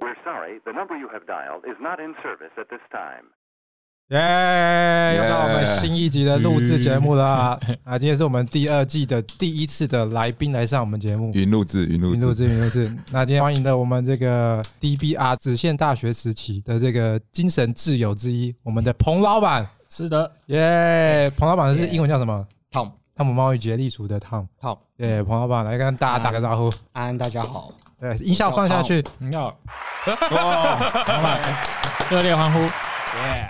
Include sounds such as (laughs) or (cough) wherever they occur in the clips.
We're sorry, the number you have dialed is not in service at this time. 耶、又到我们 Yeah 嗯新一集的录制节目啦！啊，今天是我们第二季的第一次的来宾来上我们节目，云录制，云录云录制，制，云录制。那今天欢迎的我们这个 DBR 只限大学时期的这个精神挚友之一，我们的彭老板，是的耶、彭老板是英文叫什么？ ，Tom 汤姆猫与杰利鼠的汤， Tom，耶，彭老板来跟大家打个招呼。安，大家好，对，音效放下去。你好，哇，老板，热烈欢呼，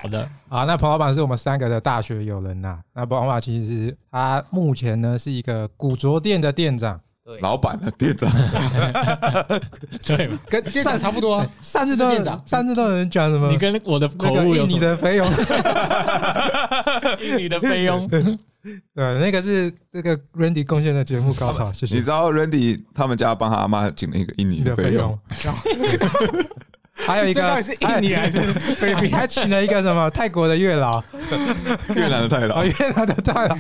好的，啊，那彭老板是我们三个的大学友人呐、那彭老板其实是他目前呢是一个古着店的店长，老板啊，店 (laughs) 长，对，跟店长差不多哎啊，上次都有是店长上次都有人讲什么？你跟我的那口个误有印尼什么？的菲 (laughs) 佣，你的费 (laughs) 用，对，那个是那个 Randy 贡献的节目高潮，谢你谢知。道 Randy 他们家帮他阿妈请了一个印尼你的的费菲佣用，，然后 (laughs) 还有一个这到底是印尼还是菲律宾 (laughs) 还请了一个什么泰国的月老， (laughs) 越南的太哦，老，越南的泰老，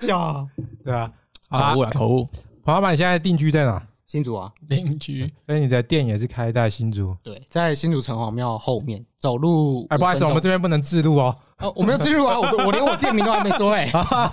笑，对啊。好啊口误，啊，口误，黄老板，你现在定居在哪？新竹啊，邻居，所以你的店也是开在新竹。对，在新竹城隍庙后面，走路。哎，不好意思，我们这这边不能自录哦。哦，我没有进入啊，我我连我店名都还没说哎、啊，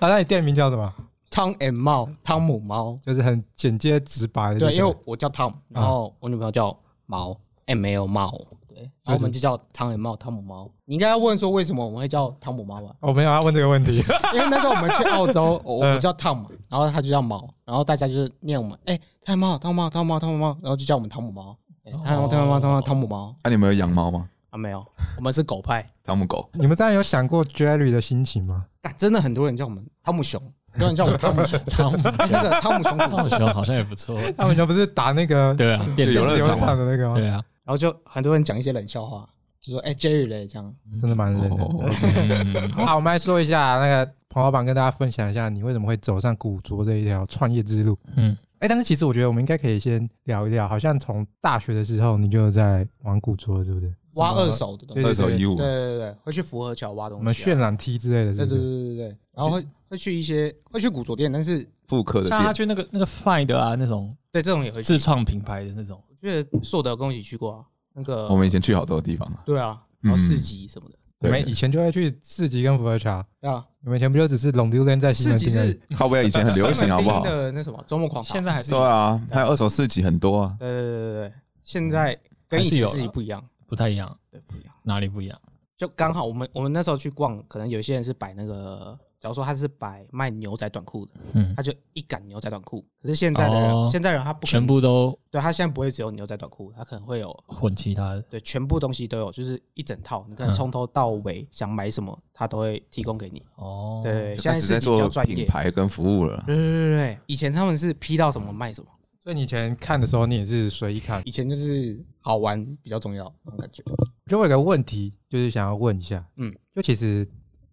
那你店名叫什么？汤 and 猫，汤姆猫。就是很简洁直白的。对，因为我叫汤，啊然后我女朋友叫毛，M L 猫。对，然后我们就叫汤 and 猫，汤姆猫。你应该要问说为什么我们会叫汤姆猫啊吧？哦我没有要问这个问题。 (laughs) (laughs) 因为那时候我们去澳洲，我嗯我叫汤嘛，然后他就叫毛，然后大家就是念我们，哎、汤姆猫，汤姆猫，汤姆猫，汤姆猫，然后就叫我们汤姆猫，对汤姆汤姆猫，汤姆猫汤姆猫那你们有养猫吗？啊，没有，我们是狗派。汤姆狗，你们这样有想过 Jerry 的心情吗？干真的很多人叫我们汤姆熊，很多人叫我们汤姆熊，汤姆熊， (laughs) 那个汤姆熊骨汤姆熊好像也不错，嗯他们就不是打那个对啊，电就游动乐游场乐嘛场的那个吗？对啊，然后就很多人讲一些冷笑话，就说哎、Jerry 嘞这样，真的蛮冷的。哦，嗯，好，我们来说一下那个彭老板跟大家分享一下，你为什么会走上古着这一条创业之路？嗯哎，但是其实我觉得我们应该可以先聊一聊，好像从大学的时候你就在玩古着了，是不是？挖什么二手的东西，对二手衣物对，对对对，会去福河桥挖东什西、啊么渲？染 T 之类的，对是不对是？对对对，然后会会去一些会去古着店，但是复刻的像他店，去那个那个 Find 啊，那种对这种也会去。自创品牌的那种，我觉得硕德跟我一起去过啊，那个我们以前去好多地方 (laughs) 啊，对啊，嗯然后市集什么的，我们对以前就会去市集跟福尔桥，对啊，你们以前不就只是龙丢人在西市门集町而已？是靠背以前很流行，啊好不好西门？町的那什么周末狂潮，现在还是对啊，还有二手市集很多啊，对对对对对，现在跟以前市集不一样，不太一样，对不一样。哪里不一样？就刚好我们我们那时候去逛，可能有些人是摆那个，假如说他是摆卖牛仔短裤的，嗯他，就一杆牛仔短裤。可是现在的人，哦现在人他不可能全部都对他现在不会只有牛仔短裤，他可能会有混其他的，对全部东西都有，就是一整套，你可能从头到尾、想买什么，他都会提供给你。哦，对，就现开在始在是比较做专业品。牌跟服务了。对对对对对，以前他们是批到什么卖什么，所以你以前看的时候，你也是随意看。以前就是好玩比较重要那种感觉。就我有个问题，就是想要问一下，嗯嗯，就其实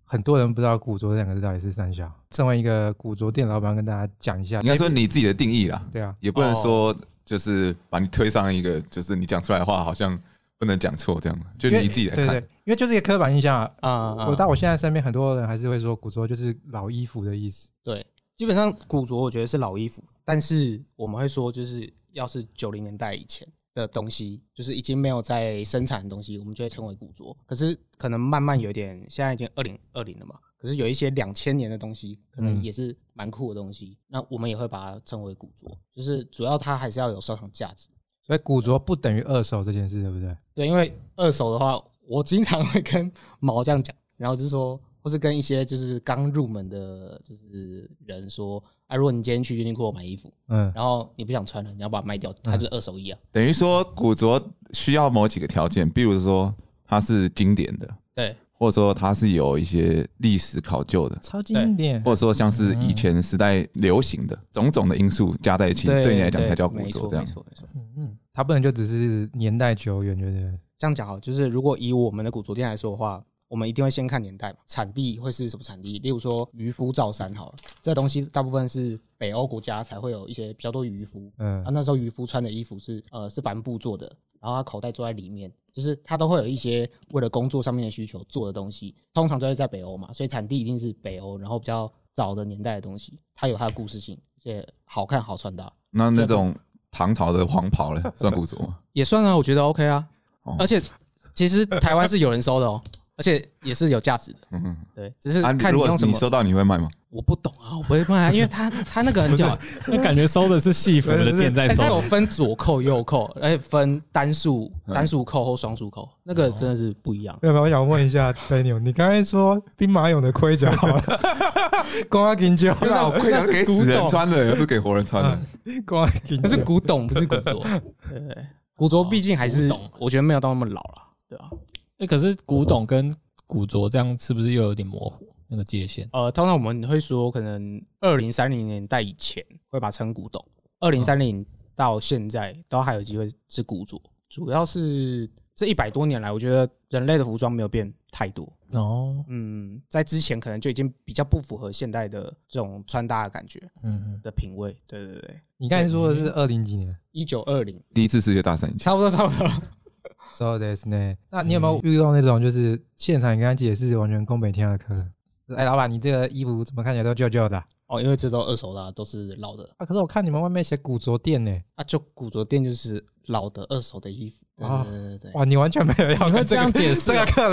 很多人不知道古着这两个字到底是三小。身为一个古着店老板，跟大家讲一下应，该说你自己的定义啦，对啊，也不能哦说就是把你推上一个，就是你讲出来的话好像不能讲错这样，就因为你自己来对对，看。因为就是一个刻板印象啊。啊、我到我现在身边很多人还是会说古着就是老衣服的意思，对，基本上古着我觉得是老衣服，但是我们会说，就是要是九零年代以前的东西，就是已经没有在生产的东西，我们就会称为古着。可是可能慢慢有点，现在已经二零二零了嘛，可是有一些两千年的东西，可能嗯也是蛮酷的东西，那我们也会把它称为古着，就是主要它还是要有收藏价值。所以古着不等于二手这件事，对不对？对，因为二手的话，我经常会跟毛这样讲，然后就是说，或是跟一些就是刚入门的，就是人说，啊，如果你今天去 Uniqlo 买衣服，嗯，然后你不想穿了，你要把它卖掉，它嗯就是二手衣啊。等于说古着需要某几个条件，比如说它是经典的，对或者说它是有一些历史考究的，超经典或。者说像是以前时代流行的种种的因素加在一起，对你来讲才叫古没着错这没样。错没错。嗯嗯，它不能就只是年代久远，对不对？这样讲好，就是如果以我们的古着店来说的话，我们一定会先看年代嘛，产地会是什么产地？例如说渔夫罩衫好了，这东西大部分是北欧国家才会有一些比较多渔夫，嗯啊，，那时候渔夫穿的衣服是呃是帆布做的，然后他口袋坐在里面，就是他都会有一些为了工作上面的需求做的东西，通常都会在北欧嘛，所以产地一定是北欧，然后比较早的年代的东西，它有它的故事性，而且好看好穿搭。那那种唐朝的黄袍了，算古着 (laughs) 吗？也算啊，我觉得 OK 啊哦。而且其实台湾是有人收的哦，而且也是有价值的。嗯，对，只是啊，看如你果用什你么。收到，你会卖 (laughs) 吗？我不懂啊，我不会卖啊，因为他他那个很屌，啊那感觉收的是戏服的店在哎它有收，分左扣右扣，而且分单数单数扣或双数扣，那个真的是不一样。对吧？我想问一下 Daniel，你刚才说兵马俑的盔甲好了，光阿金就啊 (laughs) 那我盔甲啊是给死人穿的，又不是给活人穿嗯的。光阿金那是古董，不是古着。 (laughs) 对，古着毕竟还古是董我觉得没有到那么老了，对啊吧？哎，可是古董跟古着这样是不是又有点模糊那个界限？呃，通常我们会说，可能二零三零年代以前会把它称古董，二零三零到现在都还有机会是古着，主要是这一百多年来，我觉得人类的服装没有变太多。哦，嗯，在之前可能就已经比较不符合现代的这种穿搭的感觉嗯嗯，的品味。对对对， (laughs) 你刚才说的是二零几年一九二零，第一次世界大战以前，差不多差不多。 (laughs) ，so this 呢？那你有没有遇到那种就是现场你跟他解释完全宫本天的客人？哎，老板，你这个衣服怎么看起来都旧旧的啊？哦，因为这都二手的啊、都是老的啊可是我看你们外面写古着店呢，啊，就古着店就是老的二手的衣服。对啊对对对对， (laughs) 哇，你完全没有要你会跟这这样个解释这哦个客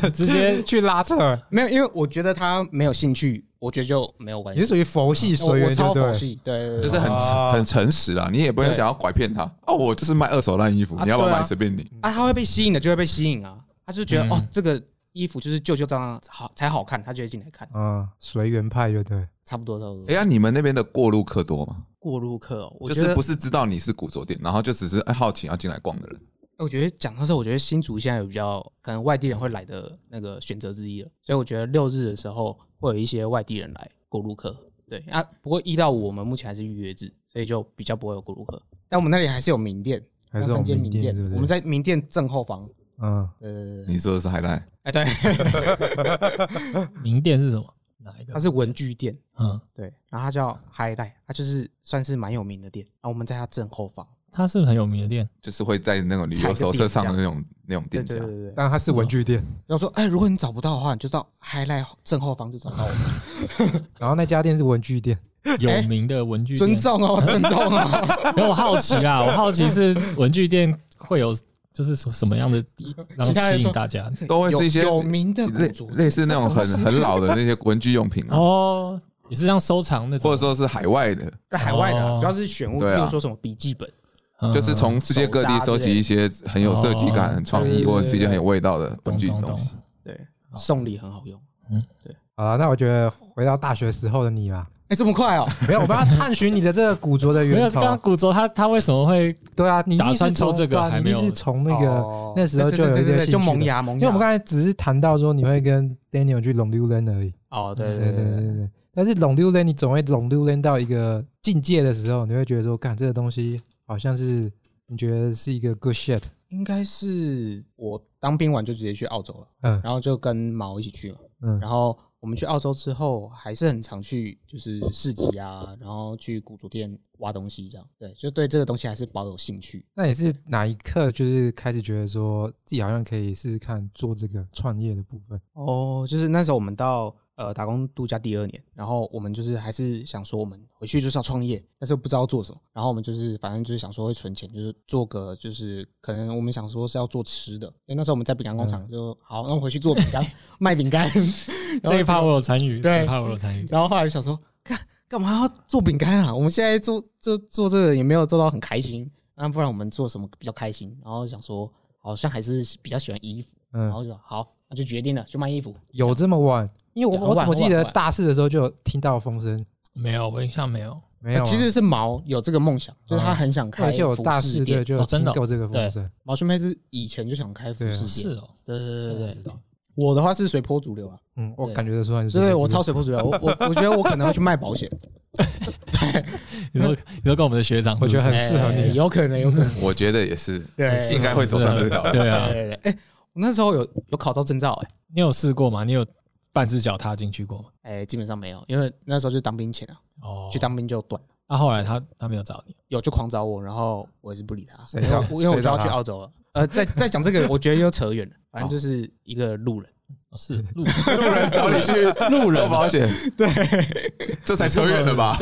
人 (laughs) 直接去拉扯，没有，因为我觉得他没有兴趣，我觉得就没有关 (laughs) 你系是。属于佛系我随我缘，超就对佛了。系，对对对，就是很哦很诚实啊，你也不会对想要拐骗他哦。我就是卖二手烂衣服，啊你要不要对啊买随便你。啊，他会被吸引的就会被吸引啊，他就觉得、嗯哦，这个衣服就是旧旧这样好才好看，他就会进来看，啊，随缘派就对。差不多差不多。哎呀，你们那边的过路客多吗？过路客、哦，我就觉是得不是知道你是古着店，然后就只是哎好奇要进来逛的人。我觉得讲到这，我觉得新竹现在有比较可能外地人会来的那个选择之一了，所以我觉得六日的时候会有一些外地人来过路客。对啊，不过一到五我们目前还是预约制，所以就比较不会有过路客。但我们那里还是有名店，还是有有间名店店是不，是我们在名店正后方。嗯，呃，你说的是海带，哎对，嗯名店是什么？哪一个它？是文具店，嗯，对，然后它叫 Highlight，它就是算是蛮有名的店。然后我们在它正后方，它是很有名 (laughs) 的店，就是会在那种旅游手册上的那种那种对店家对。对对对。但它是文具店，要说，哎，如果你找不到的话，你就到 Highlight 正后方就找到我们。 (laughs) 然后那家店是文具店，哎有名的文具尊店。(laughs) 重哦，尊重哦。没有，我好奇 (laughs) 啦，我好奇是文具店会有就是什么样的让其他人吸说引 (laughs) 大家都会是一些有有名的古类着，类似那种很很老的那些文具用品啊，哦，也是像收藏那种，或者说是海外的，那海外的啊、哦主要是选物，比对啊如说什么笔记本，嗯就是从世界各地收集一些很有设计哦感、很创意或者是一些很有味道的文具懂懂东西。对，送礼很好用。好了，那我觉得回到大学时候的你啦，哎、这么快哦、没有，我们要探寻你的这个古着的没有，源刚刚头。啊古着他他为什么会对啊，你一定打是算从做这个对啊还你一没定有是从 (laughs) 那个，哦那时候就有对对对一些对对就兴趣萌芽萌芽。因为我们刚才只是谈到说你会跟 Daniel 去龙溜人而已。哦，对对对对对对对，对。但是龙溜人，你总会龙溜人到一个境界的时候，你会觉得说，干这个东西好像是你觉得是一个 good shit。应该是我当兵完就直接去澳洲了，嗯然后就跟毛一起去嘛。嗯然后我们去澳洲之后，还是很常去就是市集啊，然后去古着店挖东西这样。对，就对这个东西还是保有兴趣。那你是哪一刻就是开始觉得说自己好像可以试试看做这个创业的部分？哦，就是那时候我们到呃打工度假第二年，然后我们就是还是想说我们回去就是要创业，但是不知道做什么。然后我们就是反正就是想说会存钱，就是做个就是可能我们想说是要做吃的，因为那时候我们在饼干工嗯厂就、好，那我回去做饼干卖饼 (laughs) 干。然后这一趴就我有参与，对这一趴我有参与，然后后来就想说，干干嘛要做饼干啊？我们现在做做做这个也没有做到很开心，那不然我们做什么比较开心？然后想说好像还是比较喜欢衣服，然嗯，后就好，那就决定了，就卖衣服。有这么晚？因为有我我很怎晚么记很得晚大四的时候就有听到风声，没有，我印象没有，没有啊？啊呃其实是毛有这个梦想，就是他很想开而且我服大饰四对店。就有哦真的哦听过这个风对声，毛兄妹是以前就想开服啊饰是店，哦，对对对对知对。道，我的话是随波逐流啊，嗯，我对感觉得出来你是对对，我这个超随波逐 (laughs) 流。我我我觉得我可能会去卖保险，你说你说跟我们的学长是不我是，觉得很适合哎啊你。有可能有可能。我觉得也是，对应该会走上这条。对对嗯啊，对对，哎，我那时候有有考到证照，哎你有试过吗？你有半只脚踏进去过吗？哎，基本上没有，因为那时候就当兵前啊，哦去，当兵就断了，那后来他他没有找你，有就狂找我，然后我也是不理他，谁因为找我因为我谁就找要他去澳洲了。呃，再再讲这个，我觉得又扯远了，反正就是一个路人，哦是路路人找你去路做人保险，对，这才扯远了吧？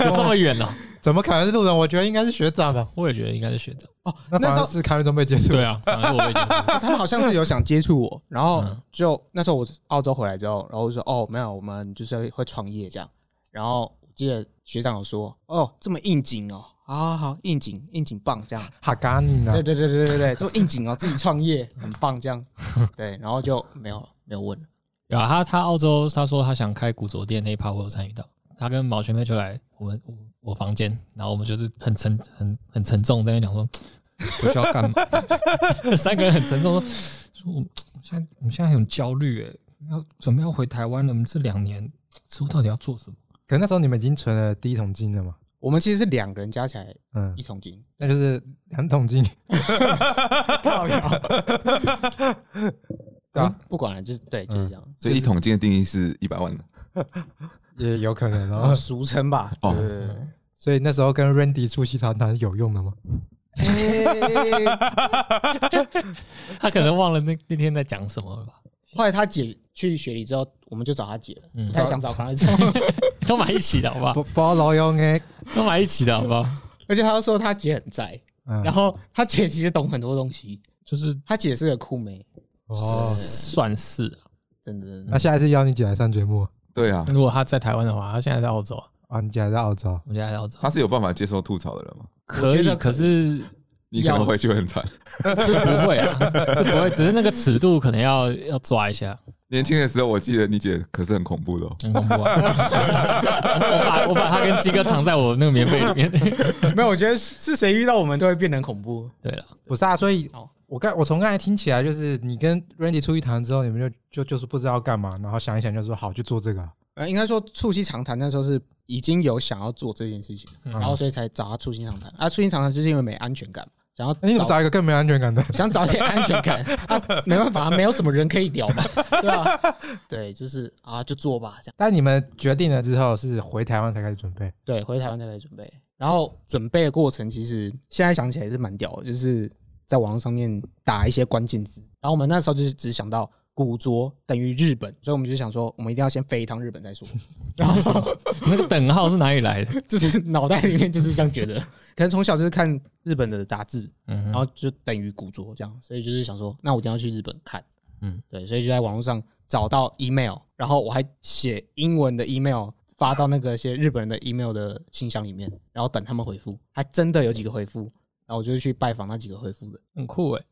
有这么远呢？怎么可能是路人？我觉得应该是学长吧。我也觉得应该是学长。哦，那那反时而候是凯瑞中被接触，对啊，反正我被接触。 (laughs) 他们好像是有想接触我，然后嗯就那时候我澳洲回来之后，然后我就说哦没有，我们就是会创业这样。然后我记得学长有说哦这么应景哦，好好好应景应景棒这样。 (laughs) 哈嘎尼呢对？对对对对对，这么应景哦，自己创业很棒这样。对，然后就没有没有问了。 (laughs) 有啊，他他澳洲他说他想开古着店那一趴，我有参与到。他跟毛全妹就来我们我我房间，然后我们就是很沉很很沉重在那边讲说，我需要干嘛？ (laughs) 三个人很沉重说，说我我现在我们现在很焦虑诶，要准备要回台湾了，我们这两年之后到底要做什么？可能那时候你们已经存了第一桶金了嘛？我们其实是两个人加起来嗯一，桶金，那就是两桶金。对啊，不管了，就是对，就是这样，所以一桶金的定义是一百万的也有可能然后 (laughs) 哦。俗称吧。哦，所以那时候跟 Randy 促膝长谈是有用的吗？哎他可能忘了那那天在讲什么了吧？后来他姐去雪梨之后，我们就找他姐了。嗯他也想找他姐，都买一起的好不啊 (laughs) 好？不不老用哎，都买一起的好不好？ (laughs) 而且他又说他姐很宅，嗯然后 (laughs) 他姐其实懂很多东西，就是他姐是个酷妹，哦，嗯算是啊、真的真的那下一次邀你姐来上节目对啊，如果他在台湾的话，他现在在澳洲啊，啊，你姐还在澳洲，我觉得还要找他是有办法接受吐槽的人吗？可觉以得，可是你可能回去会很惨。是不会啊，是不会，只是那个尺度可能要要抓一下，年轻的时候，我记得你姐可是很恐怖的哦。很恐怖啊！我把我把它跟鸡哥藏在我那个棉被里面。 (laughs) 没有，我觉得是谁遇到我们都会变得很恐怖。对了，不是啊，所以哦我刚我从刚才听起来，就是你跟 Randy 出去谈之后，你们就就就是不知道干嘛，然后想一想就说好就做这个啊，呃，应该说促膝长谈那时候是已经有想要做这件事情，然后所以才找他促膝长谈。啊，促膝长谈就是因为没安全感嘛，想要那哎你怎么找找一个更没安全感的？ (laughs) (laughs) 想找点安全感啊，没办法，没有什么人可以聊嘛，对吧、对，就是啊，就做吧，这样。但你们决定了之后是回台湾才开始准备，对，回台湾再开始准备。然后准备的过程，其实现在想起来是蛮屌的，就是在网络上面打一些关键字。然后我们那时候就是只想到古着等于日本，所以我们就想说，我们一定要先飞一趟日本再 (laughs) 说。然后那个等号是哪里来的？就是 (laughs) 脑袋里面就是这样觉得，可能从小就是看日本的杂志，嗯然后就等于古着这样，所以就是想说，那我一定要去日本看，嗯嗯，对，所以就在网络上找到 email，然后我还写英文的 email 发到那个些日本人的 email 的信箱里面，然后等他们回复，还真的有几个回复，然后我就去拜访那几个回复的，很酷哎、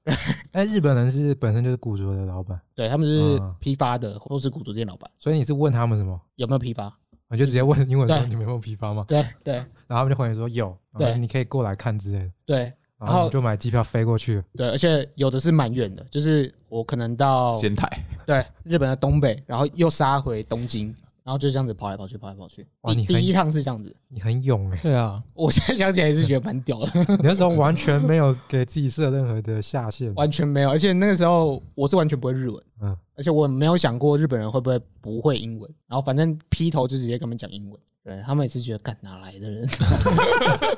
哎，日本人是本身就是古着的老板，对他们就是嗯批发的，或是古着店老板所以你是问他们什么？有没有批发，我就直接问英文说对你们有没有批发吗？对对然后他们就回你说有，然后对说你可以过来看之类的，对然然后后你就买机票飞过去。对，而且有的是蛮远的，就是我可能到仙台，对，日本的东北，然后又杀回东京，然后就这样子跑来跑去，跑来跑去。哇第你很第一趟是这样子，你很勇 (laughs) 哎、对啊，我现在想起来也是觉得蛮屌的， (laughs) 你那时候完全没有给自己设任何的下限，完全没有。而且那个时候我是完全不会日文，嗯，而且我没有想过日本人会不会不会英文，然后反正劈头就直接跟他们讲英文，对他们也是觉得干哪来的人，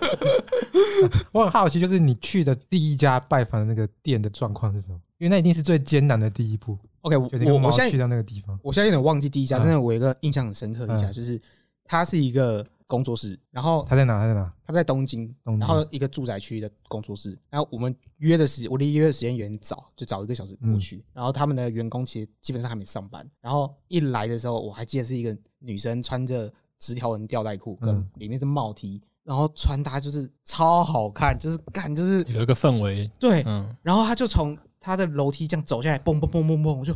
(laughs) 我很好奇，就是你去的第一家拜访的那个店的状况是什么？因为那一定是最艰难的第一步， OK，我决定我我们我要现去在到那个地方。我现在有点忘记第一家，嗯但是我有一个印象很深刻的一家，嗯就是它是一个工作室，然后他在哪？他在哪？他在东京，东京然后一个住宅区的工作室。然后我们约的时，我的约的时间有点早，就早一个小时嗯过去。然后他们的员工其实基本上还没上班。然后一来的时候，我还记得是一个女生穿着直条纹吊带裤，跟嗯里面是帽 T，然后穿搭就是超好看，就是干就是有一个氛围，对。 (laughs) 嗯，然后他就从他的楼梯这样走下来，蹦蹦蹦蹦蹦，我就。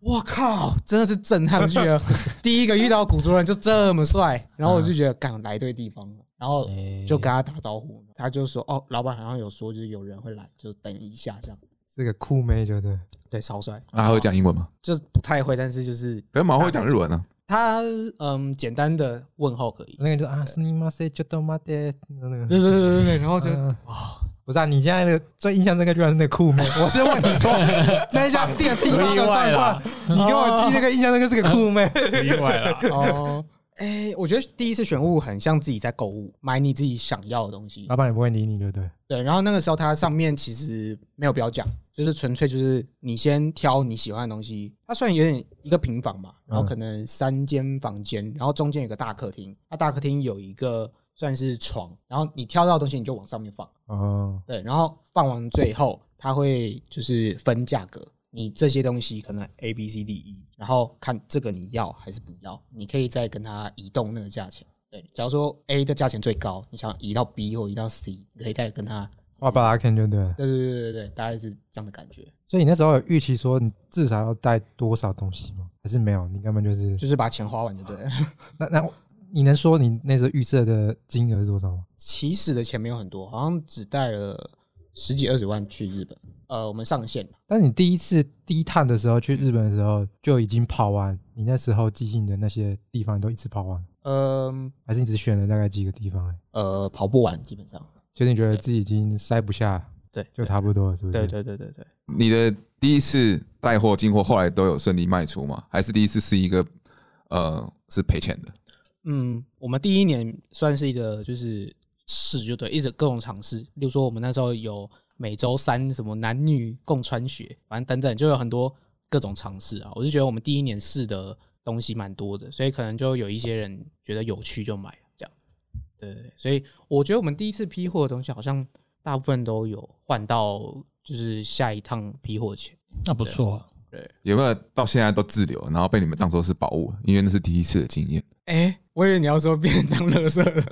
我靠，真的是震撼！我就觉 (laughs) 得第一个遇到古族人就这么帅，然后我就觉得，干来对地方了。然后就跟他打招呼，他就说：“哦，老板好像有说，就是有人会来，就等一下这样。是个酷妹，对不对？”对，超帅，那还会讲英文吗？就是不太会，但是就是可是蛮会讲日文啊。他嗯，简单的问候可以。那个就啊，是你妈塞就他妈的那个。对对对对呃对，然后就嗯不是啊，你现在那个最印象深刻居然是那个酷 (laughs) 妹，我是问你说那一家店批发的不意外状 (laughs) 啦况，你给我记那个印象深刻是个酷妹，不意外啦。哦，哎、我觉得第一次选物很像自己在购物，买你自己想要的东西。 (laughs) 老板也不会理你，对不对？对，然后那个时候它上面其实没有标价，就是纯粹就是你先挑你喜欢的东西。它虽然有点一个平房嘛，然后可能三间房间，然后中间有个大客厅，那大客厅有一个算是床，然后你挑到的东西你就往上面放，哦，对，然后放完最后它会就是分价格。你这些东西可能 A B C D E，然后看这个你要还是不要，你可以再跟它移动那个价钱。对，假如说 A 的价钱最高，你想移到 B 或移到 C，你可以再跟它画巴拉 Ken 就对了。对对对对对，大概是这样的感觉，所以你那时候有预期说你至少要带多少东西吗？还是没有？你根本就是就是把钱花完就对了。 (laughs) 那那你能说你那时候预测的金额是多少吗？起始的钱没有很多，好像只带了十几二十万去日本。呃，我们上线了但你第一次低碳的时候去日本的时候就已经跑完，你那时候寄信的那些地方都一次跑完，嗯还是你只选了大概几个地方、而已呃，跑不完基本上。就是你觉得自己已经塞不下，对就差不多了，是不是？对对对对对，你的第一次带货进货，后来都有顺利卖出吗？还是第一次是一个呃是赔钱的？嗯，我们第一年算是一个就是试就对，一直各种尝试，例如说我们那时候有每周三什么男女共穿鞋，反正等等就有很多各种尝试啊。我就觉得我们第一年试的东西蛮多的，所以可能就有一些人觉得有趣就买了这样。对对对，所以我觉得我们第一次批货的东西好像大部分都有换到就是下一趟批货钱。那不错啊。有没有到现在都滞留，然后被你们当做是宝物？因为那是第一次的经 (laughs) 验。哎、我以为你要说变成当乐色了。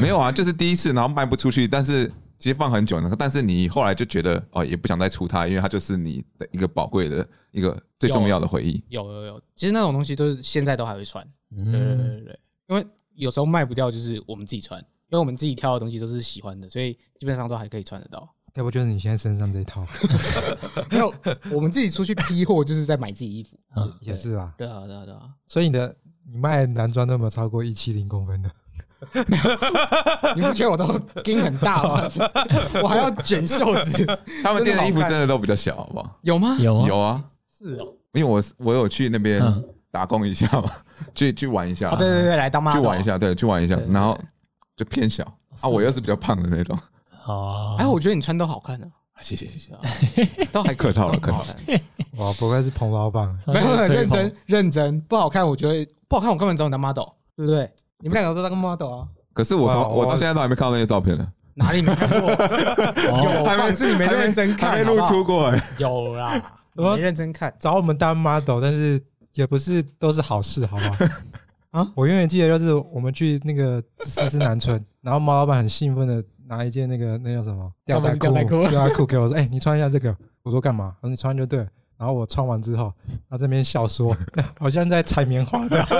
没有啊，就是第一次，然后卖不出去，但是其实放很久呢。但是你后来就觉得哦，也不想再出它，因为它就是你的一个宝贵的一个最重要的回忆。有有有，其实那种东西都是现在都还会穿。对对对嗯，对对，因为有时候卖不掉，就是我们自己穿，因为我们自己挑的东西都是喜欢的，所以基本上都还可以穿得到。该不就是你现在身上这一套？ (laughs) 没有，我们自己出去批货就是在买自己衣 (laughs) 服。嗯也是啊，对啊，对啊，对啊，所以你的你卖男装都没有超过一七零公分的，你不觉得我 (laughs) 都筋很大吗？我还要卷袖子，他们店的衣服真真的好看的都比较小，好不好？ (laughs) 有吗？有啊有啊，是哦。因为我我有去那边嗯打工一下嘛， (laughs) 去去玩一下哦，，对对对，来当妈去玩一。下，对，去玩一下对，对哦然后就偏小啊，我又是比较胖的那种。啊，哎，我觉得你穿都好看啊，谢谢谢谢， (laughs) 都还客套了都好看。哇，不愧是彭老板， (laughs) 啊没有没有吹认捧真认真，不好看，我觉得不好看，我根本找你当 model，对不对？你们两个都当 model 啊？可是我哇从我我到现在都还没看到那些照片呢，哪里没看 (laughs) 过？有，还没放置你没认真看，还没露好不好出过哎。 (laughs) 有啊啦，什你么没认真看找我们当 model，但是也不是都是好事，好吗？ (laughs) 啊，我永远记得就是我们去那个思思南村， (laughs) 然后毛老板很兴奋的拿一件那个那叫什么吊带吊带裤，裤吊带裤给我说：“哎、你穿一下这个。”我说：“干嘛？”他说：“你穿就对了。”然后我穿完之后，他这边笑说：“ (laughs) 好像在采棉花的， (laughs)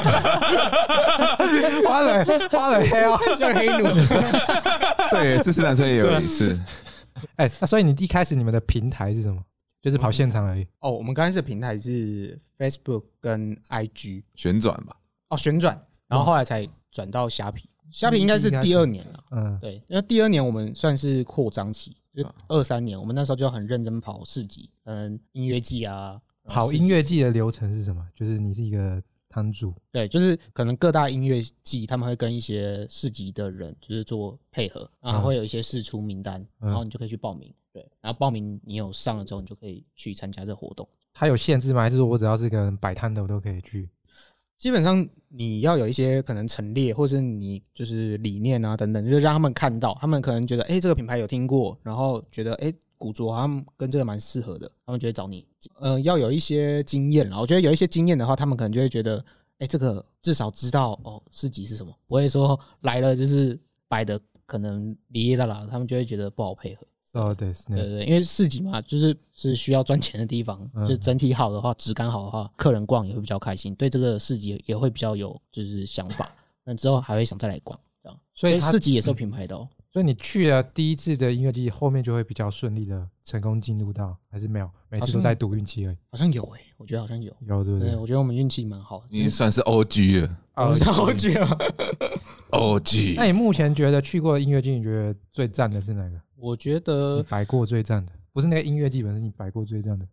花了花了黑哦。像黑奴，对，四四男生也有一次， (laughs) 哎，那所以你一开始你们的平台是什么？就是跑现场而已。哦，我们刚开始的平台是 Facebook 跟 IG 旋转吧，哦旋转，然后后来才转到虾皮，虾皮应该是第二年了。嗯，对，因为第二年我们算是扩张期，就是二三年，我们那时候就很认真跑市集，嗯，音乐季啊，然后跑市集音乐季的流程是什么？就是你是一个摊主，对，就是可能各大音乐季他们会跟一些市集的人就是做配合，然后嗯会有一些试出名单，嗯然后你就可以去报名。对，然后报名你有上了之后，你就可以去参加这活动。它有限制吗？还是说我只要是个人摆摊的，我都可以去？基本上你要有一些可能陈列，或是你就是理念啊等等，就是让他们看到，他们可能觉得哎、诶这个品牌有听过，然后觉得哎、诶古着好像跟这个蛮适合的，他们就会找你。呃，要有一些经验啦，我觉得有一些经验的话，他们可能就会觉得哎、诶这个至少知道哦市集是什么，不会说来了就是摆的可能哩哩啦啦，他们就会觉得不好配合。 So this 对对，因为市集嘛，就是是需要赚钱的地方，嗯就是整体好的话，质感好的话，客人逛也会比较开心，对这个市集也会比较有就是想法，那之后还会想再来逛这样。所以它嗯市集也是有品牌的哦，所以你去了第一次的音乐季，后面就会比较顺利的成功进入到，还是没有？每次都在赌运气而已，好像有诶、我觉得好像有。有对不对，对？我觉得我们运气蛮好的。你算是嗯 O G 了哦我好久， ，O G 那你目前觉得去过的音乐季，你觉得最赞的是哪个？我觉你 (laughs) 得摆过最赞的，不是那个音乐季本身，你摆过最赞的。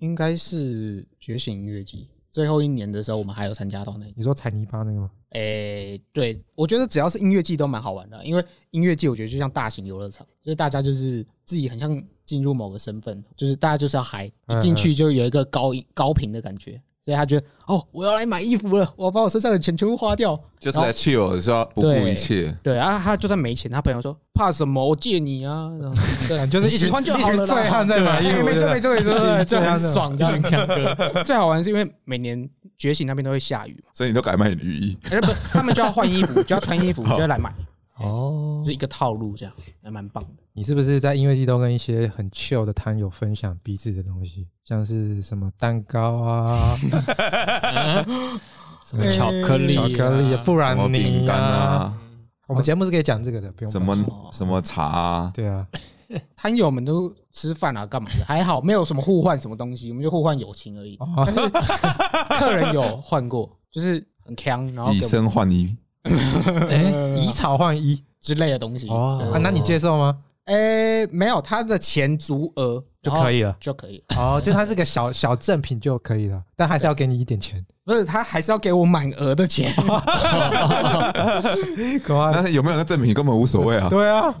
应该是觉醒音乐季，最后一年的时候，我们还有参加到那一你说踩泥巴那个吗？诶、对，我觉得只要是音乐季都蛮好玩的，啊因为音乐季我觉得就像大型游乐场，就是大家就是自己很像进入某个身份，就是大家就是要嗨，一进去就有一个高音高频的感觉，所以他觉得哦，我要来买衣服了，我要把我身上的钱全部花掉。就是来 chill 的时候不顾一切，对啊，他就算没钱，他朋友说怕什么，我借你啊，然后 (laughs) 对，就是一你喜 (laughs) 群欢就一好群了啦。醉汉在买衣哎服，没错没对 (laughs) 错没错，对就很爽。爽，就很强哥。最好玩是因为每年觉醒那边都会下雨嘛，所以你都改卖你的雨衣。哎不，他们就要换衣服，就要穿衣服，就要来买，哦就，是一个套路这样，还蛮棒的。你是不是在音乐季都跟一些很 chill 的摊友分享彼此的东西，像是什么蛋糕啊、什么巧克力、巧克力啊，不什然么饼你干啊，我们节目是可以讲这个的，不用什担心么什么茶啊，对啊，摊友们都吃饭啊，干嘛的？还好没有什么互换什么东西，我们就互换友情而已。哦但是客人有换过，就是很强，然后以给我们呃身换衣，哎，啊以草换衣之类的东西。哦对啊，那你接受吗？诶没有他的钱足额就可以以了。就可以，哦，就它是个小小赠品就可以了，但还是要给你一点钱。不是他还是要给我满额的钱。哦可爱但是有没有 (laughs) 那赠品根本无所谓 (laughs) 啊。对啊，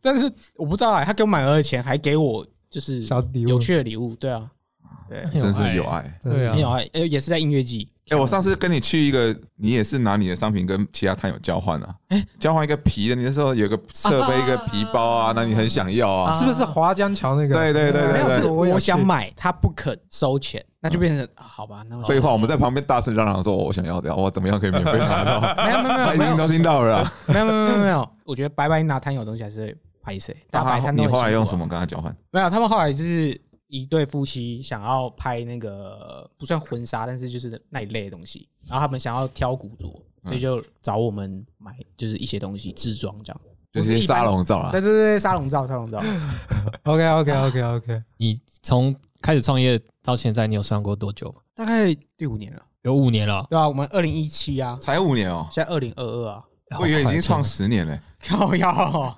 但是我不知道啊，他给我满额的钱，还给我就是小礼物有趣的礼物，对啊， (laughs) 真是有爱。对啊没有，啊，呃也是在音乐季，哎、我上次跟你去一个，你也是拿你的商品跟其他摊友交换啊，交换一个皮的，你那时候有个设备、一个皮包啊，那你很想要啊，是不是华江桥那个？对对对对没对有对是我有我想去买，他不肯收钱，那就变成啊好吧，那我废话，我们在旁边大声嚷嚷说：“哦我想要的，我怎么样可以免费拿到？”没有没 (laughs) 有没有他已没有经都听到了啦。啊没有没有没有没有，我觉得白白拿摊有东西还是会拍谁，大家摆那摊都你很后来辛苦啊用什？么跟他交换？没有，他们后来就是一对夫妻想要拍那个不算婚纱，但是就是那一类的东西，然后他们想要挑古着，所嗯以就找我们买就是一些东西制装这样，就是一些沙龙照啦对。对对，沙龙照沙龙照， ，OK OK OK OK，你从开始创业到现在，你有算过多久吗？大概第五年了，有五年了，对吧、我们二零一七啊，才五年哦、现在二零二二啊，我以为已经好创快十年嘞、靠腰、哦，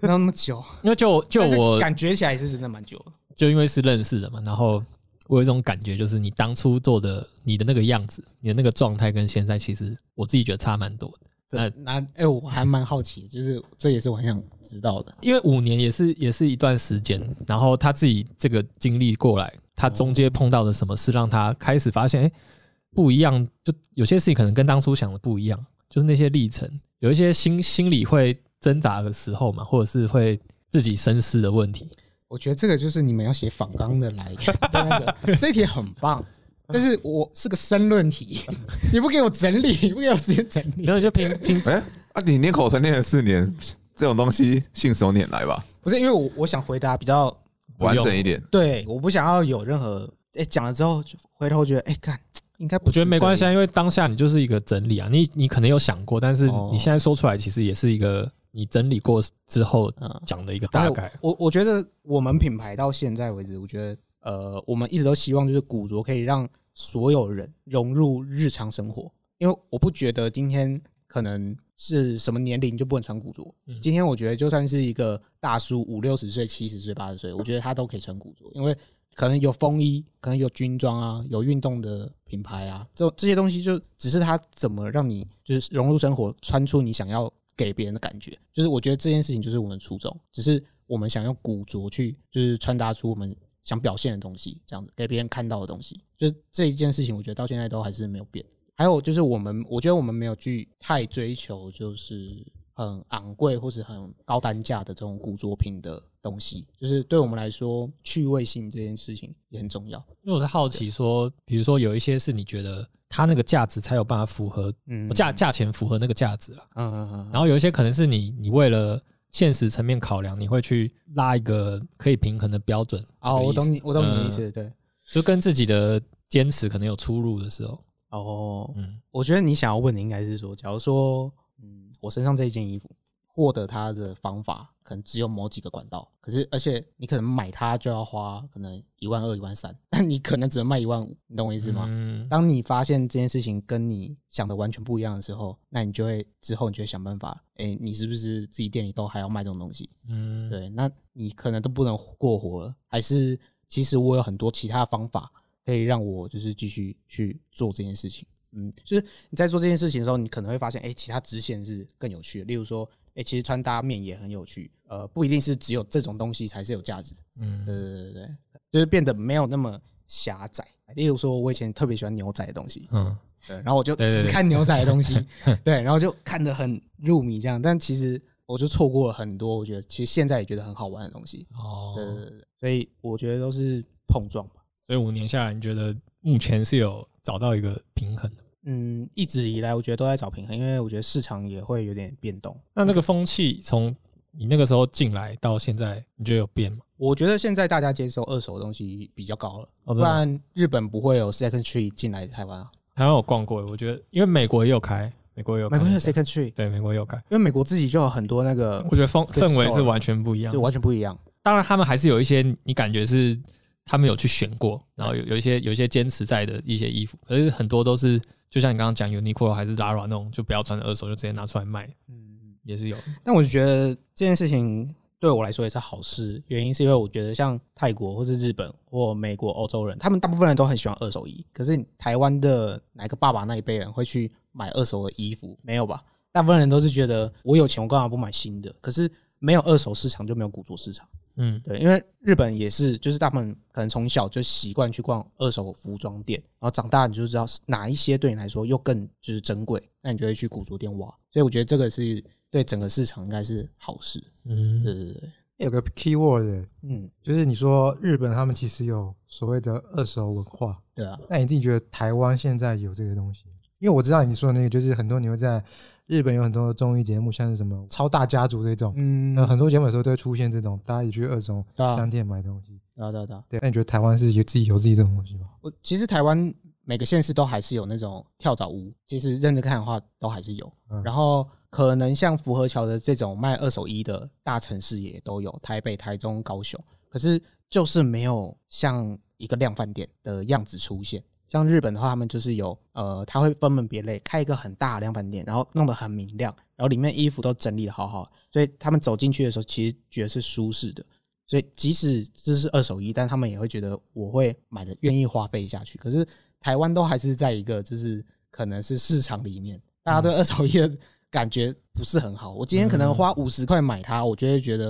那么久， (laughs) 因为就就但是我感觉起来是真的蛮久的。就因为是认识的嘛，然后我有一种感觉，就是你当初做的你的那个样子，你的那个状态跟现在，其实我自己觉得差蛮多的。这那哎、我还蛮好奇，就是这也是我很想知道的。因为五年也是也是一段时间，然后他自己这个经历过来，他中间碰到的什么事，让他开始发现，哎、不一样，就有些事情可能跟当初想的不一样，就是那些历程，有一些心心里会挣扎的时候嘛，或者是会自己深思的问题。我觉得这个就是你们要写仿纲的来源， (laughs) 对那个这一题很棒，但是我是个申论题， (laughs) 你不给我整理，你不给我时间整理，然后就 (laughs) 拼拼哎、啊，你念口才念了四年，这种东西信手拈来吧，不是因为我我想回答比较不用完整一点。对，我不想要有任何哎讲、了之后就回头觉得哎看、应该不我觉得是没这关系啊，样因为当下你就是一个整理啊，你你可能有想过，但是哦你现在说出来，其实也是一个你整理过之后嗯讲的一个但大是概。我我觉得我们品牌到现在为止，我觉得呃，我们一直都希望就是古着可以让所有人融入日常生活，因为我不觉得今天可能是什么年龄就不能穿古着。嗯今天我觉得就算是一个大叔五六十岁、七十岁、八十岁，我觉得他都可以穿古着，因为可能有风衣，可能有军装啊，有运动的品牌啊，这这些东西就只是它怎么让你就是融入生活，穿出你想要给别人的感觉。就是我觉得这件事情就是我们的初衷，只是我们想用古着去就是传达出我们想表现的东西，这样子给别人看到的东西。就是这一件事情，我觉得到现在都还是没有变。还有就是我们，我觉得我们没有去太追求就是很昂贵或是很高单价的这种古着品的东西，就是对我们来说，趣味性这件事情也很重要。因为我是好奇说，比如说有一些是你觉得它那个价值才有办法符合嗯价价钱符合那个价值了，嗯嗯然后有一些可能是你你为了现实层面考量，你会去拉一个可以平衡的标准。哦，我懂你的意你，我懂你的意嗯思，对。思，就跟自己的坚持可能有出入的时候。哦，嗯，我觉得你想要问的应该是说，假如说，嗯，我身上这一件衣服获得它的方法，可能只有某几个管道，可是而且你可能买它就要花可能一万二、一万三，但你可能只能卖一万五，你懂我意思吗？嗯，当你发现这件事情跟你想的完全不一样的时候，那你就会之后你就会想办法，哎、你是不是自己店里都还要卖这种东西？嗯，对，那你可能都不能过活了，还是其实我有很多其他方法可以让我就是继续去做这件事情。嗯，就是你在做这件事情的时候，你可能会发现，哎、其他支线是更有趣的。例如说，哎、其实穿搭面也很有趣。呃，不一定是只有这种东西才是有价值。嗯对对对对，就是变得没有那么狭窄。例如说，我以前特别喜欢牛仔的东西，嗯，对，然后我就对对只对看牛仔的东西， (laughs) 对，然后就看得很入迷这样，但其实我就错过了很多，我觉得其实现在也觉得很好玩的东西，哦，对对对对，所以我觉得都是碰撞吧，所以五年下来，你觉得目前是有找到一个平衡的？嗯，一直以来我觉得都在找平衡，因为我觉得市场也会有点变动，那那个风气从你那个时候进来到现在，你觉得有变吗？我觉得现在大家接受二手的东西比较高了，不哦真的吗然日本不会有 Second Tree 进来台湾啊，台湾有逛过，我觉得因为美国也有开，美国也有开美国有那家 Second Tree，对，美国也有开，因为美国自己就有很多那个我，觉得氛 Flip 氛围 store 是完全不一样就。完全不一样，当然，他们还是有一些你感觉是他们有去选过，然后有有一些有一些坚持在的一些衣服，可是很多都是就像你刚刚讲 Uniqlo 还是 Lara 那种，就不要穿二手，就直接拿出来卖，嗯。也是有。但我就觉得这件事情对我来说也是好事，原因是因为我觉得像泰国或是日本或美国、欧洲人，他们大部分人都很喜欢二手衣。可是台湾的哪个爸爸那一辈人会去买二手的衣服？没有吧？大部分人都是觉得我有钱，我干嘛不买新的？可是没有二手市场就没有古着市场。嗯，对，因为日本也是，就是他们可能从小就习惯去逛二手服装店，然后长大你就知道哪一些对你来说又更就是珍贵，那你就会去古着店挖。所以我觉得这个是对整个市场应该是好事。嗯对对对，有个 key word，嗯，就是你说日本他们其实有所谓的二手文化，对啊，那你自己觉得台湾现在有这个东西？因为我知道你说的那个，就是很多你会在日本有很多综艺节目，像是什么《超大家族》这种，嗯，那对很多节目的时候都会出现这种，大家也去二手啊，商店买东西。对啊，对啊，对啊。对，那你觉得台湾是有自己有自己这种东西吗？我其实台湾每个县市都还是有那种跳蚤屋，其实认真看的话都还是有。嗯然后可能像福和桥的这种卖二手衣的大城市也都有，台北、台中、高雄，可是就是没有像一个量贩店的样子出现。像日本的话，他们就是有呃，他会分门别类开一个很大的量贩店，然后弄得很明亮，然后里面衣服都整理的好好，所以他们走进去的时候其实觉得是舒适的。所以即使这是二手衣，但他们也会觉得我会买的，愿意花费下去。可是台湾都还是在一个就是可能是市场里面，大家对二手衣的感觉不是很好。我今天可能花五十块买它，我就会觉得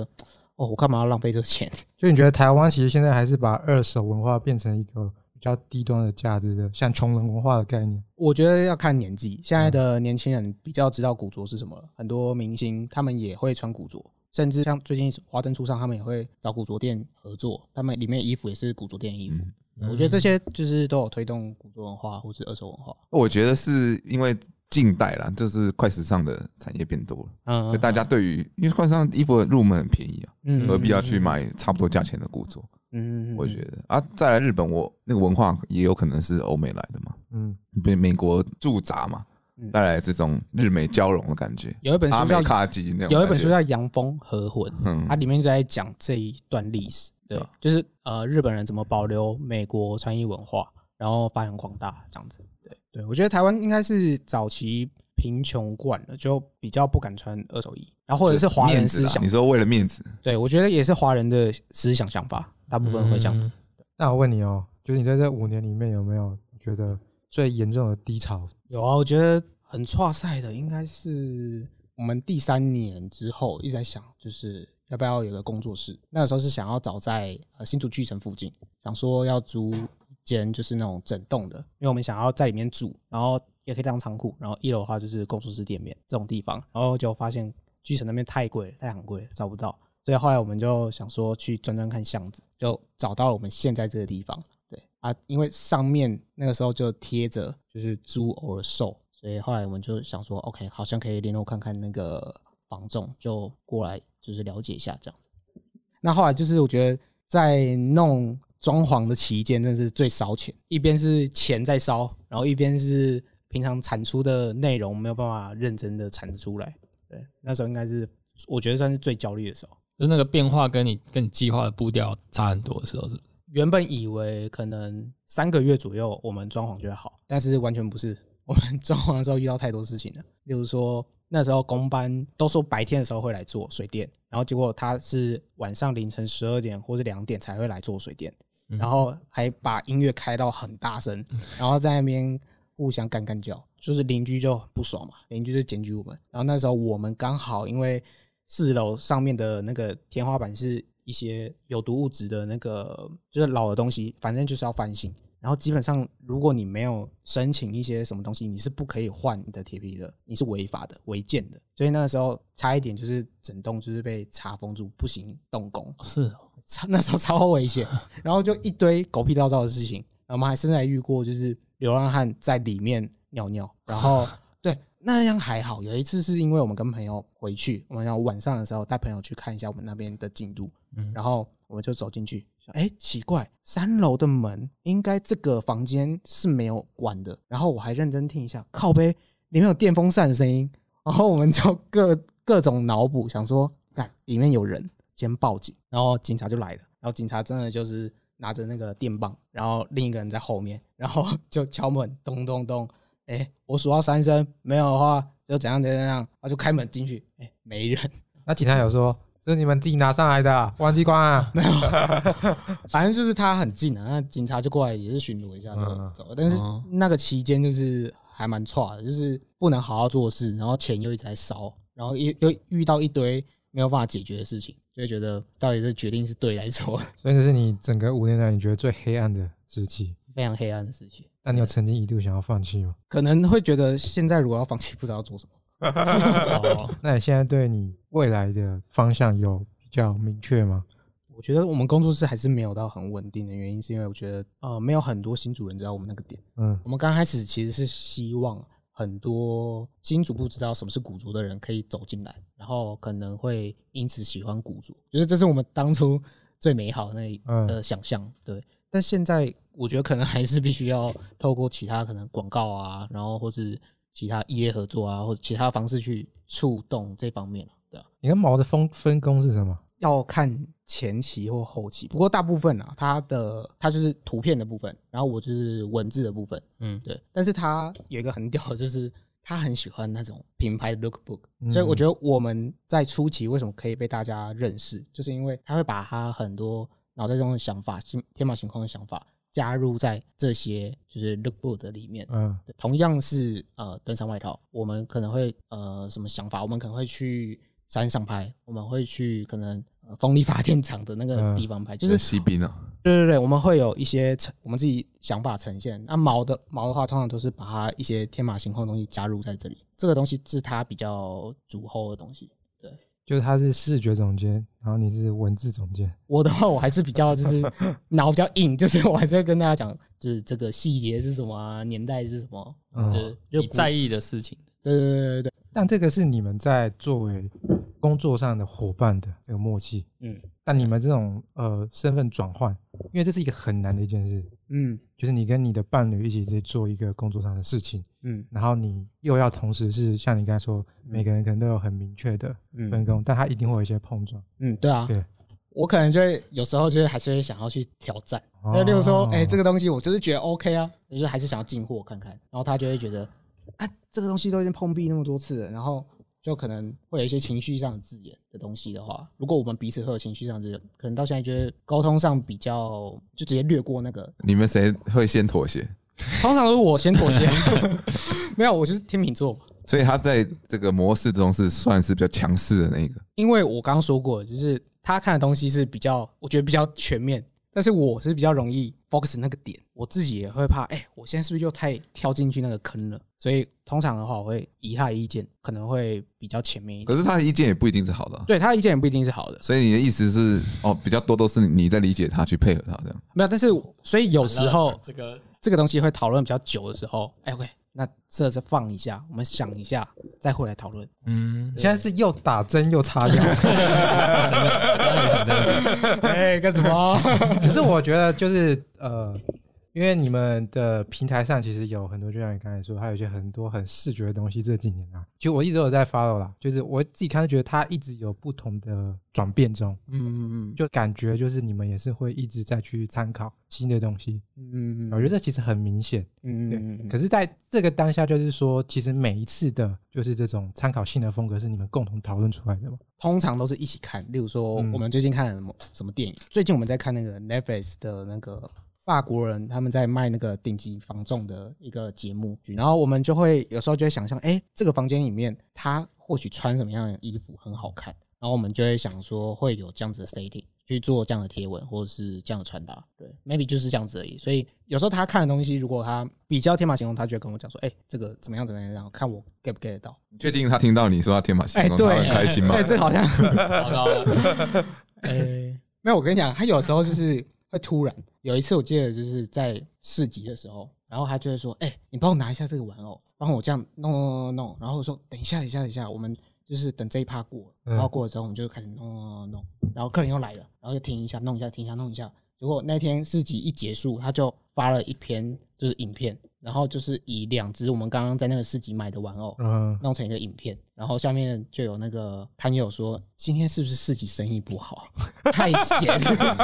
哦，我干嘛要浪费这个钱？就你觉得台湾其实现在还是把二手文化变成一个比较低端的价值的，像穷人文化的概念。我觉得要看年纪，嗯现在的年轻人比较知道古着是什么了，很多明星他们也会穿古着，甚至像最近华灯初上，他们也会找古着店合作，他们里面衣服也是古着店衣服。嗯我觉得这些就是都有推动古着文化或是二手文化。我觉得是因为近代啦，就是快时尚的产业变多了，嗯所以大家对于因为快时尚衣服的入门很便宜啊，嗯何必要去买差不多价钱的古着？嗯，嗯我觉得啊，再来日本，我那个文化也有可能是欧美来的嘛，嗯，被美国驻扎嘛嗯，带来这种日美交融的感觉。有一本阿书叫美卡基那种感觉，有一本书叫《啊洋风和魂》，嗯它里面就在讲这一段历史，对，对啊就是呃日本人怎么保留美国穿衣文化，然后发扬光大这样子。对，对我觉得台湾应该是早期贫穷惯了，就比较不敢穿二手衣，然后或者是华人面子思啦想你，说为了面子，对我觉得也是华人的思想想法，大部分会这样子。那我问你哦，就是你在这五年里面有没有觉得最严重的低潮？有啊，我觉得很挫赛的应该是我们第三年之后一直在想，就是要不要有个工作室。那个时候是想要找在呃新竹巨城附近，想说要租一间就是那种整栋的，因为我们想要在里面住，然后也可以当仓库，然后一楼的话就是工作室店面这种地方，然后就发现巨城那边太贵了，太昂贵了，找不到。所以后来我们就想说去转转看巷子，就找到了我们现在这个地方。对啊，因为上面那个时候就贴着就是租偶尔售，所以后来我们就想说，OK，好像可以联络看看那个房仲，就过来就是了解一下这样子那后来就是我觉得在弄装潢的期间，真的是最烧钱，一边是钱在烧，然后一边是平常产出的内容没有办法认真的产出来。对，那时候应该是我觉得算是最焦虑的时候。就是那个变化跟你跟你计划的步调差很多的时候，是不是？原本以为可能三个月左右我们装潢就会好，但是完全不是。我们 (laughs) 装潢的时候遇到太多事情了，例如说那时候工班都说白天的时候会来做水电，然后结果他是晚上凌晨十二点或是两点才会来做水电，嗯然后还把音乐开到很大声，然后在那边互相干干叫，就是邻居就不爽嘛，邻居就检举我们。然后那时候我们刚好因为四楼上面的那个天花板是一些有毒物质的那个，就是老的东西，反正就是要翻新。然后基本上，如果你没有申请一些什么东西，你是不可以换你的铁皮的，你是违法的、违建的。所以那个时候差一点就是整栋就是被查封住，不行动工。是哦超那时候超危险，然后就一堆狗屁倒灶的事情。然后我们还甚至还遇过，就是流浪汉在里面尿尿，然后对那样还好。有一次是因为我们跟朋友回去，我们要晚上的时候带朋友去看一下我们那边的进度，嗯然后我们就走进去，哎、诶奇怪，三楼的门应该这个房间是没有关的。然后我还认真听一下，靠背里面有电风扇的声音，然后我们就各各种脑补，想说，干里面有人，先报警，然后警察就来了，然后警察真的就是拿着那个电棒，然后另一个人在后面，然后 (laughs) 就敲门，咚咚咚，哎、我数到三声，没有的话就怎样怎样怎样，他就开门进去，哎、没人，那警察有说，是你们自己拿上来的啊，忘记关 (laughs) 啊。反正就是他很近啊，那警察就过来也是巡逻一下就嗯走了，但是哦那个期间就是还蛮差的，就是不能好好做事，然后钱又一直在烧，然后又又遇到一堆没有办法解决的事情，就会觉得到底这决定是对还是错， (laughs) 所以这是你整个五年来你觉得最黑暗的时期。非常黑暗的事情。那你有曾经一度想要放弃吗？可能会觉得现在如果要放弃，不知道要做什么。哦，那你现在对你未来的方向有比较明确吗？我觉得我们工作室还是没有到很稳定的原因，是因为我觉得呃，没有很多新主人知道我们那个点。嗯我们刚开始其实是希望很多新主不知道什么是古着的人可以走进来，然后可能会因此喜欢古着，觉得这是我们当初最美好的那一嗯的想象。对，但现在我觉得可能还是必须要透过其他可能广告啊，然后或是其他业合作啊，或者其他方式去触动这方面对啊。你跟毛的分分工是什么？要看前期或后期，不过大部分啊，它的它就是图片的部分，然后我就是文字的部分，嗯，对。但是它有一个很屌的，就是他很喜欢那种品牌 lookbook，嗯所以我觉得我们在初期为什么可以被大家认识，就是因为他会把他很多脑袋中的想法、心天马行空的想法加入在这些就是 lookbook 的里面，嗯对同样是呃登山外套，我们可能会呃什么想法？我们可能会去山上拍，我们会去可能、呃、风力发电厂的那个嗯地方拍，就就是西滨啊，对对对，我们会有一些呈我们自己想法呈现。那毛的毛的话，通常都是把它一些天马行空的东西加入在这里，这个东西是它比较主后的东西。就是他是视觉总监，然后你是文字总监。我的话，我还是比较就是脑比较硬，就是我还是会跟大家讲，就是这个细节是什么啊，年代是什么，嗯就是就你不在意的事情，对对对对对，但这个是你们在作为工作上的伙伴的这个默契。嗯但你们这种呃身份转换，因为这是一个很难的一件事，嗯就是你跟你的伴侣一起去做一个工作上的事情，嗯然后你又要同时是像你刚才说，每个人可能都有很明确的嗯分工，但他一定会有一些碰撞。嗯，对啊，对我可能就会有时候就是还是会想要去挑战，那、例如哦说，哎、这个东西我就是觉得 OK 啊，就是还是想要进货看看，然后他就会觉得，啊，这个东西都已经碰壁那么多次了，然后就可能会有一些情绪上的字眼的东西的话，如果我们彼此会有情绪上的字眼，可能到现在觉得沟通上比较就直接略过那个，你们谁会先妥协？通常都是我先妥 (laughs) 协，没有，我就是天秤座嘛，所以他在这个模式中是算是比较强势的那一个。因为我刚刚说过，就是他看的东西是比较，我觉得比较全面，但是我是比较容易 focus 那个点，我自己也会怕，哎、我现在是不是又太跳进去那个坑了？所以通常的话，我会以他的意见，可能会比较前面一点。可是他的意见也不一定是好的啊、对他的意见也不一定是好的，所以你的意思是，哦，比较多都是你在理解他，去配合他这样。没有。但是所以有时候这个这个东西会讨论比较久的时候，哎、o k 那这次放一下，我们想一下，再回来讨论。嗯你，现在是又打针又擦 (laughs) 药，哎、干什么？可是我觉得就是呃，因为你们的平台上其实有很多，就像你刚才说，还有一些很多很视觉的东西。这几年啊，其实我一直都有在 follow 啦，就是我自己看就觉得它一直有不同的转变中，嗯嗯就感觉就是你们也是会一直在去参考新的东西。嗯嗯，我觉得这其实很明显，嗯对。嗯可是在这个当下，就是说，其实每一次的就是这种参考性的风格是你们共同讨论出来的嘛？通常都是一起看。例如说，嗯我们最近看了某什么电影？最近我们在看那个 Netflix 的那个法国人他们在卖那个顶级房仲的一个节目，然后我们就会有时候就会想象，哎、这个房间里面他或许穿什么样的衣服很好看，然后我们就会想说会有这样子的 stating。去做这样的贴文，或者是这样的穿搭，对，maybe 就是这样子而已。所以有时候他看的东西，如果他比较天马行空，他就会跟我讲说：“哎、这个怎么样怎么样，然后看我 get 不 get 得到。你确定他听到你说他天马”行哎、空，对，他会开心吗对，？ (laughs) 这好像糟糕了， (laughs) 诶，没有，我跟你讲，他有时候就是会突然。有一次我记得就是在市集的时候，然后他就会说：“哎、你帮我拿一下这个玩偶，帮我这样弄弄弄弄。”然后我说：“等一下，等一下，等一下，我们就是等这一趴过了，嗯然后过了之后我们就开始弄弄弄弄。”然后客人又来了，然后就停一下，弄一下，停一下，弄一下。结果那天市集一结束，他就发了一篇就是影片，然后就是以两只我们刚刚在那个市集买的玩偶，嗯，弄成一个影片，然后下面就有那个摊友说：“今天是不是市集生意不好？太闲。”他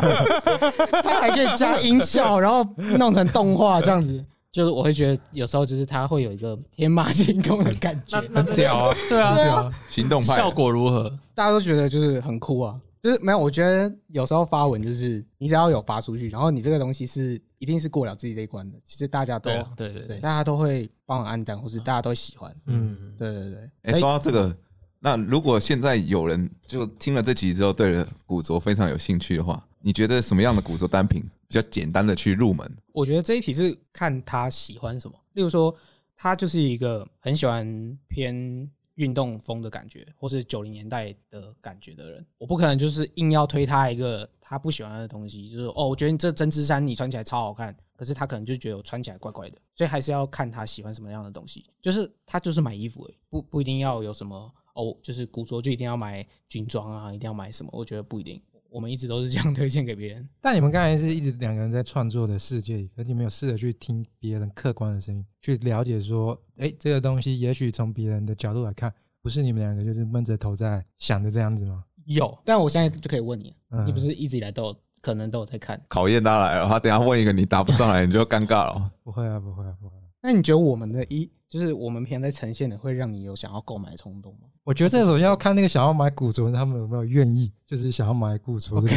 还可以加音效，然后弄成动画这样子，就是我会觉得有时候就是他会有一个天马行空的感觉，屌啊！对啊，行动派效果如何？大家都觉得就是很酷啊。就是没有，我觉得有时候发文就是你只要有发出去，然后你这个东西是一定是过了自己这一关的。其实大家都对啊对对对，对，大家都会帮我按赞，或是大家都喜欢。嗯，对对对，哎、说到这个，那如果现在有人就听了这集之后，对了古着非常有兴趣的话，你觉得什么样的古着单品比较简单的去入门？我觉得这一题是看他喜欢什么。例如说，他就是一个很喜欢偏运动风的感觉，或是九零年代的感觉的人。我不可能就是硬要推他一个他不喜欢的东西，就是哦，我觉得你这针织衫你穿起来超好看，可是他可能就觉得我穿起来怪怪的，所以还是要看他喜欢什么样的东西。就是他就是买衣服而已，不不一定要有什么哦，就是古着就一定要买军装啊，一定要买什么？我觉得不一定。我们一直都是这样推荐给别人。但你们刚才是一直两个人在创作的世界里，可是你们有试着去听别人客观的声音，去了解说，哎，这个东西也许从别人的角度来看，不是你们两个就是闷着头在想的这样子吗？有，但我现在就可以问你，嗯你不是一直以来都有可能都有在看？考验他来了，他等一下问一个你答不上来，你就尴尬了。不会啊，不会啊，不会啊、那你觉得我们的一就是我们平常在呈现的，会让你有想要购买的冲动吗？我觉得这首先要看那个想要买古着的他们有没有愿意，就是想要买古着的。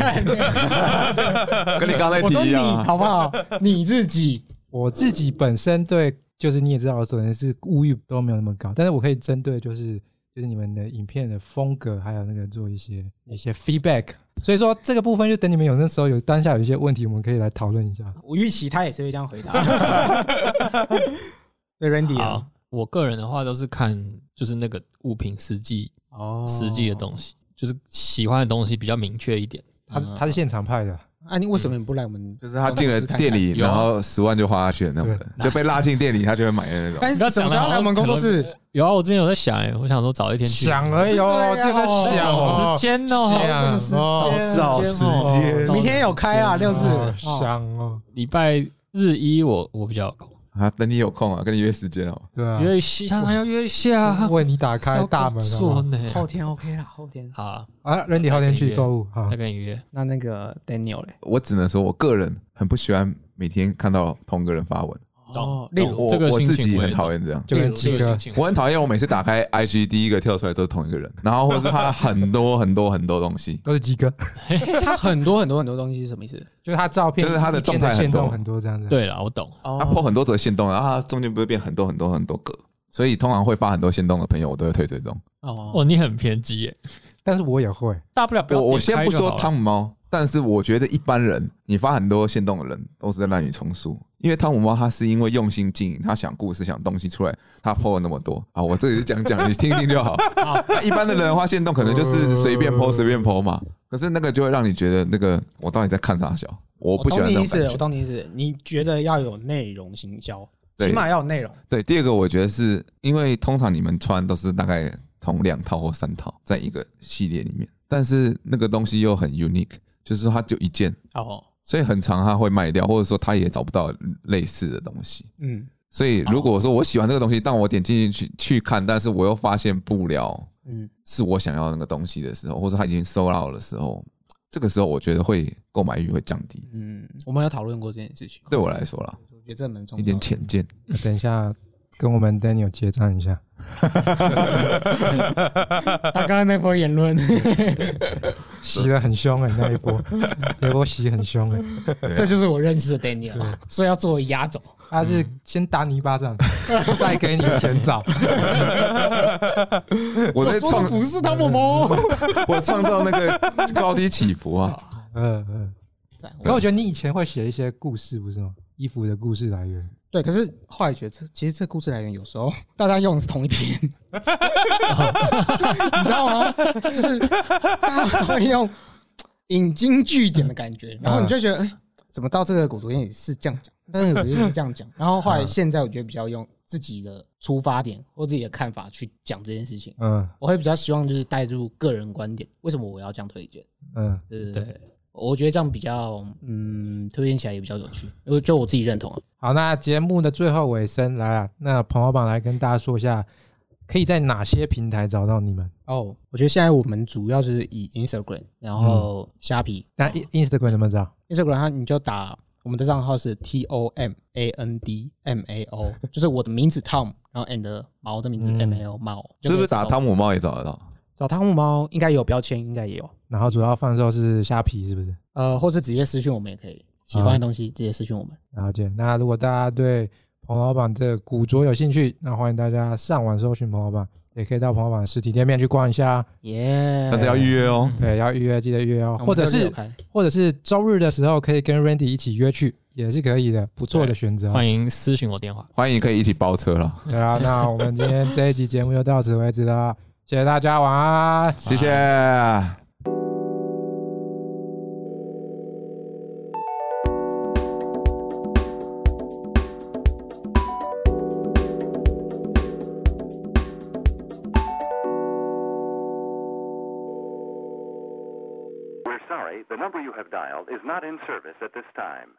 跟你刚才我说提一你样啊、 (laughs) 好不好？你自己我自己本身对，就是你也知道，我可能是物欲都没有那么高，但是我可以针对就是就是你们的影片的风格，还有那个做一些一些 feedback。所以说这个部分就等你们有那时候有当下有一些问题，我们可以来讨论一下。我预期他也是会这样回答。 (laughs) 对，Randy 好啊，，我个人的话都是看就是那个物品实际哦实际的东西，就是喜欢的东西比较明确一点。嗯他是嗯他是现场派的，啊，你为什么你不来我们？就是他进了店里，有啊然后十万就花下去的那种人，就被拉进店里，他就会买的那 (laughs) 种。但你是不要什哎么时讲了，候来我们工作室？有啊，我之前有在想、欸，我想说早一天去，而已哦，对啊这个找想哦时间哦、想哦找时间明天有开啊，六日哦哦想哦，礼拜日一我我比较有空，啊，等你有空啊，跟你约时间哦。对啊，约一下，他要约一下，为你打啊开大门好不说好呢。后天 OK 啦，后天。啊好啊，啊，Randy 后天去购物好再，跟你约。那那个 Daniel 嘞？我只能说，我个人很不喜欢每天看到同个人发文，哦，例例如如我这个我心情自己我也很懂讨厌这样。就跟七哥，我很讨厌，我每次打开 IG 第一个跳出来都是同一个人， (laughs) 然后或是他很多很多很多东西，都是鸡哥，他很多很多很多东西是什么意思？就是他照片，就是他的一天状态很限动多很多这样子，对了，我懂，哦他破很多则限动，然后他中间不是变很多很多很多格，所以通常会发很多限动的朋友，我都会退追踪。哦，哦，你很偏激耶，但是我也会，大不了不要我我点先开不就说好了汤姆猫，但是我觉得一般人你发很多限动的人都是在滥竽充数，因为汤姆猫他是因为用心经营，他想故事想东西出来，他破了那么多啊。我这里是讲讲，你听听 (laughs) 就好。那一般的人的话，限动可能就是随便剖随便剖嘛，可是那个就会让你觉得那个我到底在看啥小，我不喜懂欢你那意种感思，觉我。懂你意思。你觉得要有内容行销，对起码要有内容。对，第二个我觉得是因为通常你们穿都是大概从两套或三套在一个系列里面，但是那个东西又很 unique，就是说它就一件，哦，所以很长他会卖掉，或者说他也找不到类似的东西。嗯所以如果说我喜欢这个东西，但我点进去去看，但是我又发现不了嗯，是我想要的那个东西的时候，或者他已经收到的时候，这个时候我觉得会购买欲会降低。嗯，我们有讨论过这件事情。对我来说啦，我觉得这蛮重要一的。点浅 (laughs) 见。等一下跟我们 Daniel 结账一下。他刚刚那波言论， (laughs) 洗的很凶哎、那一 (laughs) 波，那一波洗很凶哎、啊这就是我认识的 Daniel，所以要作为压轴。他是先打你一巴掌，嗯再给你甜 (laughs) 枣。我在说的创不是他某某，我创造那 (laughs) 个高低起伏啊，嗯嗯。在可我觉得你以前会写一些故事，不是吗？衣服的故事来源，对，可是后来觉得这其实这故事来源有时候 (laughs) 大家用的是同一篇， (laughs) 你知道吗？就是大家都会用引经据典的感觉，嗯然后你就觉得，哎、怎么到这个古着店也是这样讲，但是古着店是这样讲，然后嗯后来现在我觉得比较用自己的出发点或自己的看法去讲这件事情，嗯我会比较希望就是带入个人观点，为什么我要这样推荐？嗯，对对对。我觉得这样比较，嗯，推荐起来也比较有趣，因为就我自己认同啊。好，那节目的最后尾声来了，那朋友榜来跟大家说一下，可以在哪些平台找到你们？哦，我觉得现在我们主要就是以 Instagram，然后虾皮，那 In- Instagram 怎么找？ Instagram 它你就打我们的账号是 T O M A N D M A (laughs) O，就是我的名字 Tom，然后 and 毛的名字嗯 M A O 猫，是不是打汤汤姆猫也找得到？找汤姆猫应该有标签，应该也有，然后主要放售是虾皮，是不是？呃，或是直接私讯我们也可以，喜欢的东西直接私讯我们。了解。那如果大家对彭老板这个古着有兴趣，那欢迎大家上网搜寻彭老板，也可以到彭老板实体店面去逛一下。耶，但是要预约哦。对，要预约，记得预约哦。我们或者六日是有开或者是周日的时候，可以跟 Randy 一起约去，也是可以的，不错的选择。欢迎私讯我电话。欢迎可以一起包车了，对啊，那我们今天这一集节目就到此为止了，谢谢大家，晚安。谢谢。 We're sorry, the number you have dialed is not in service at this time.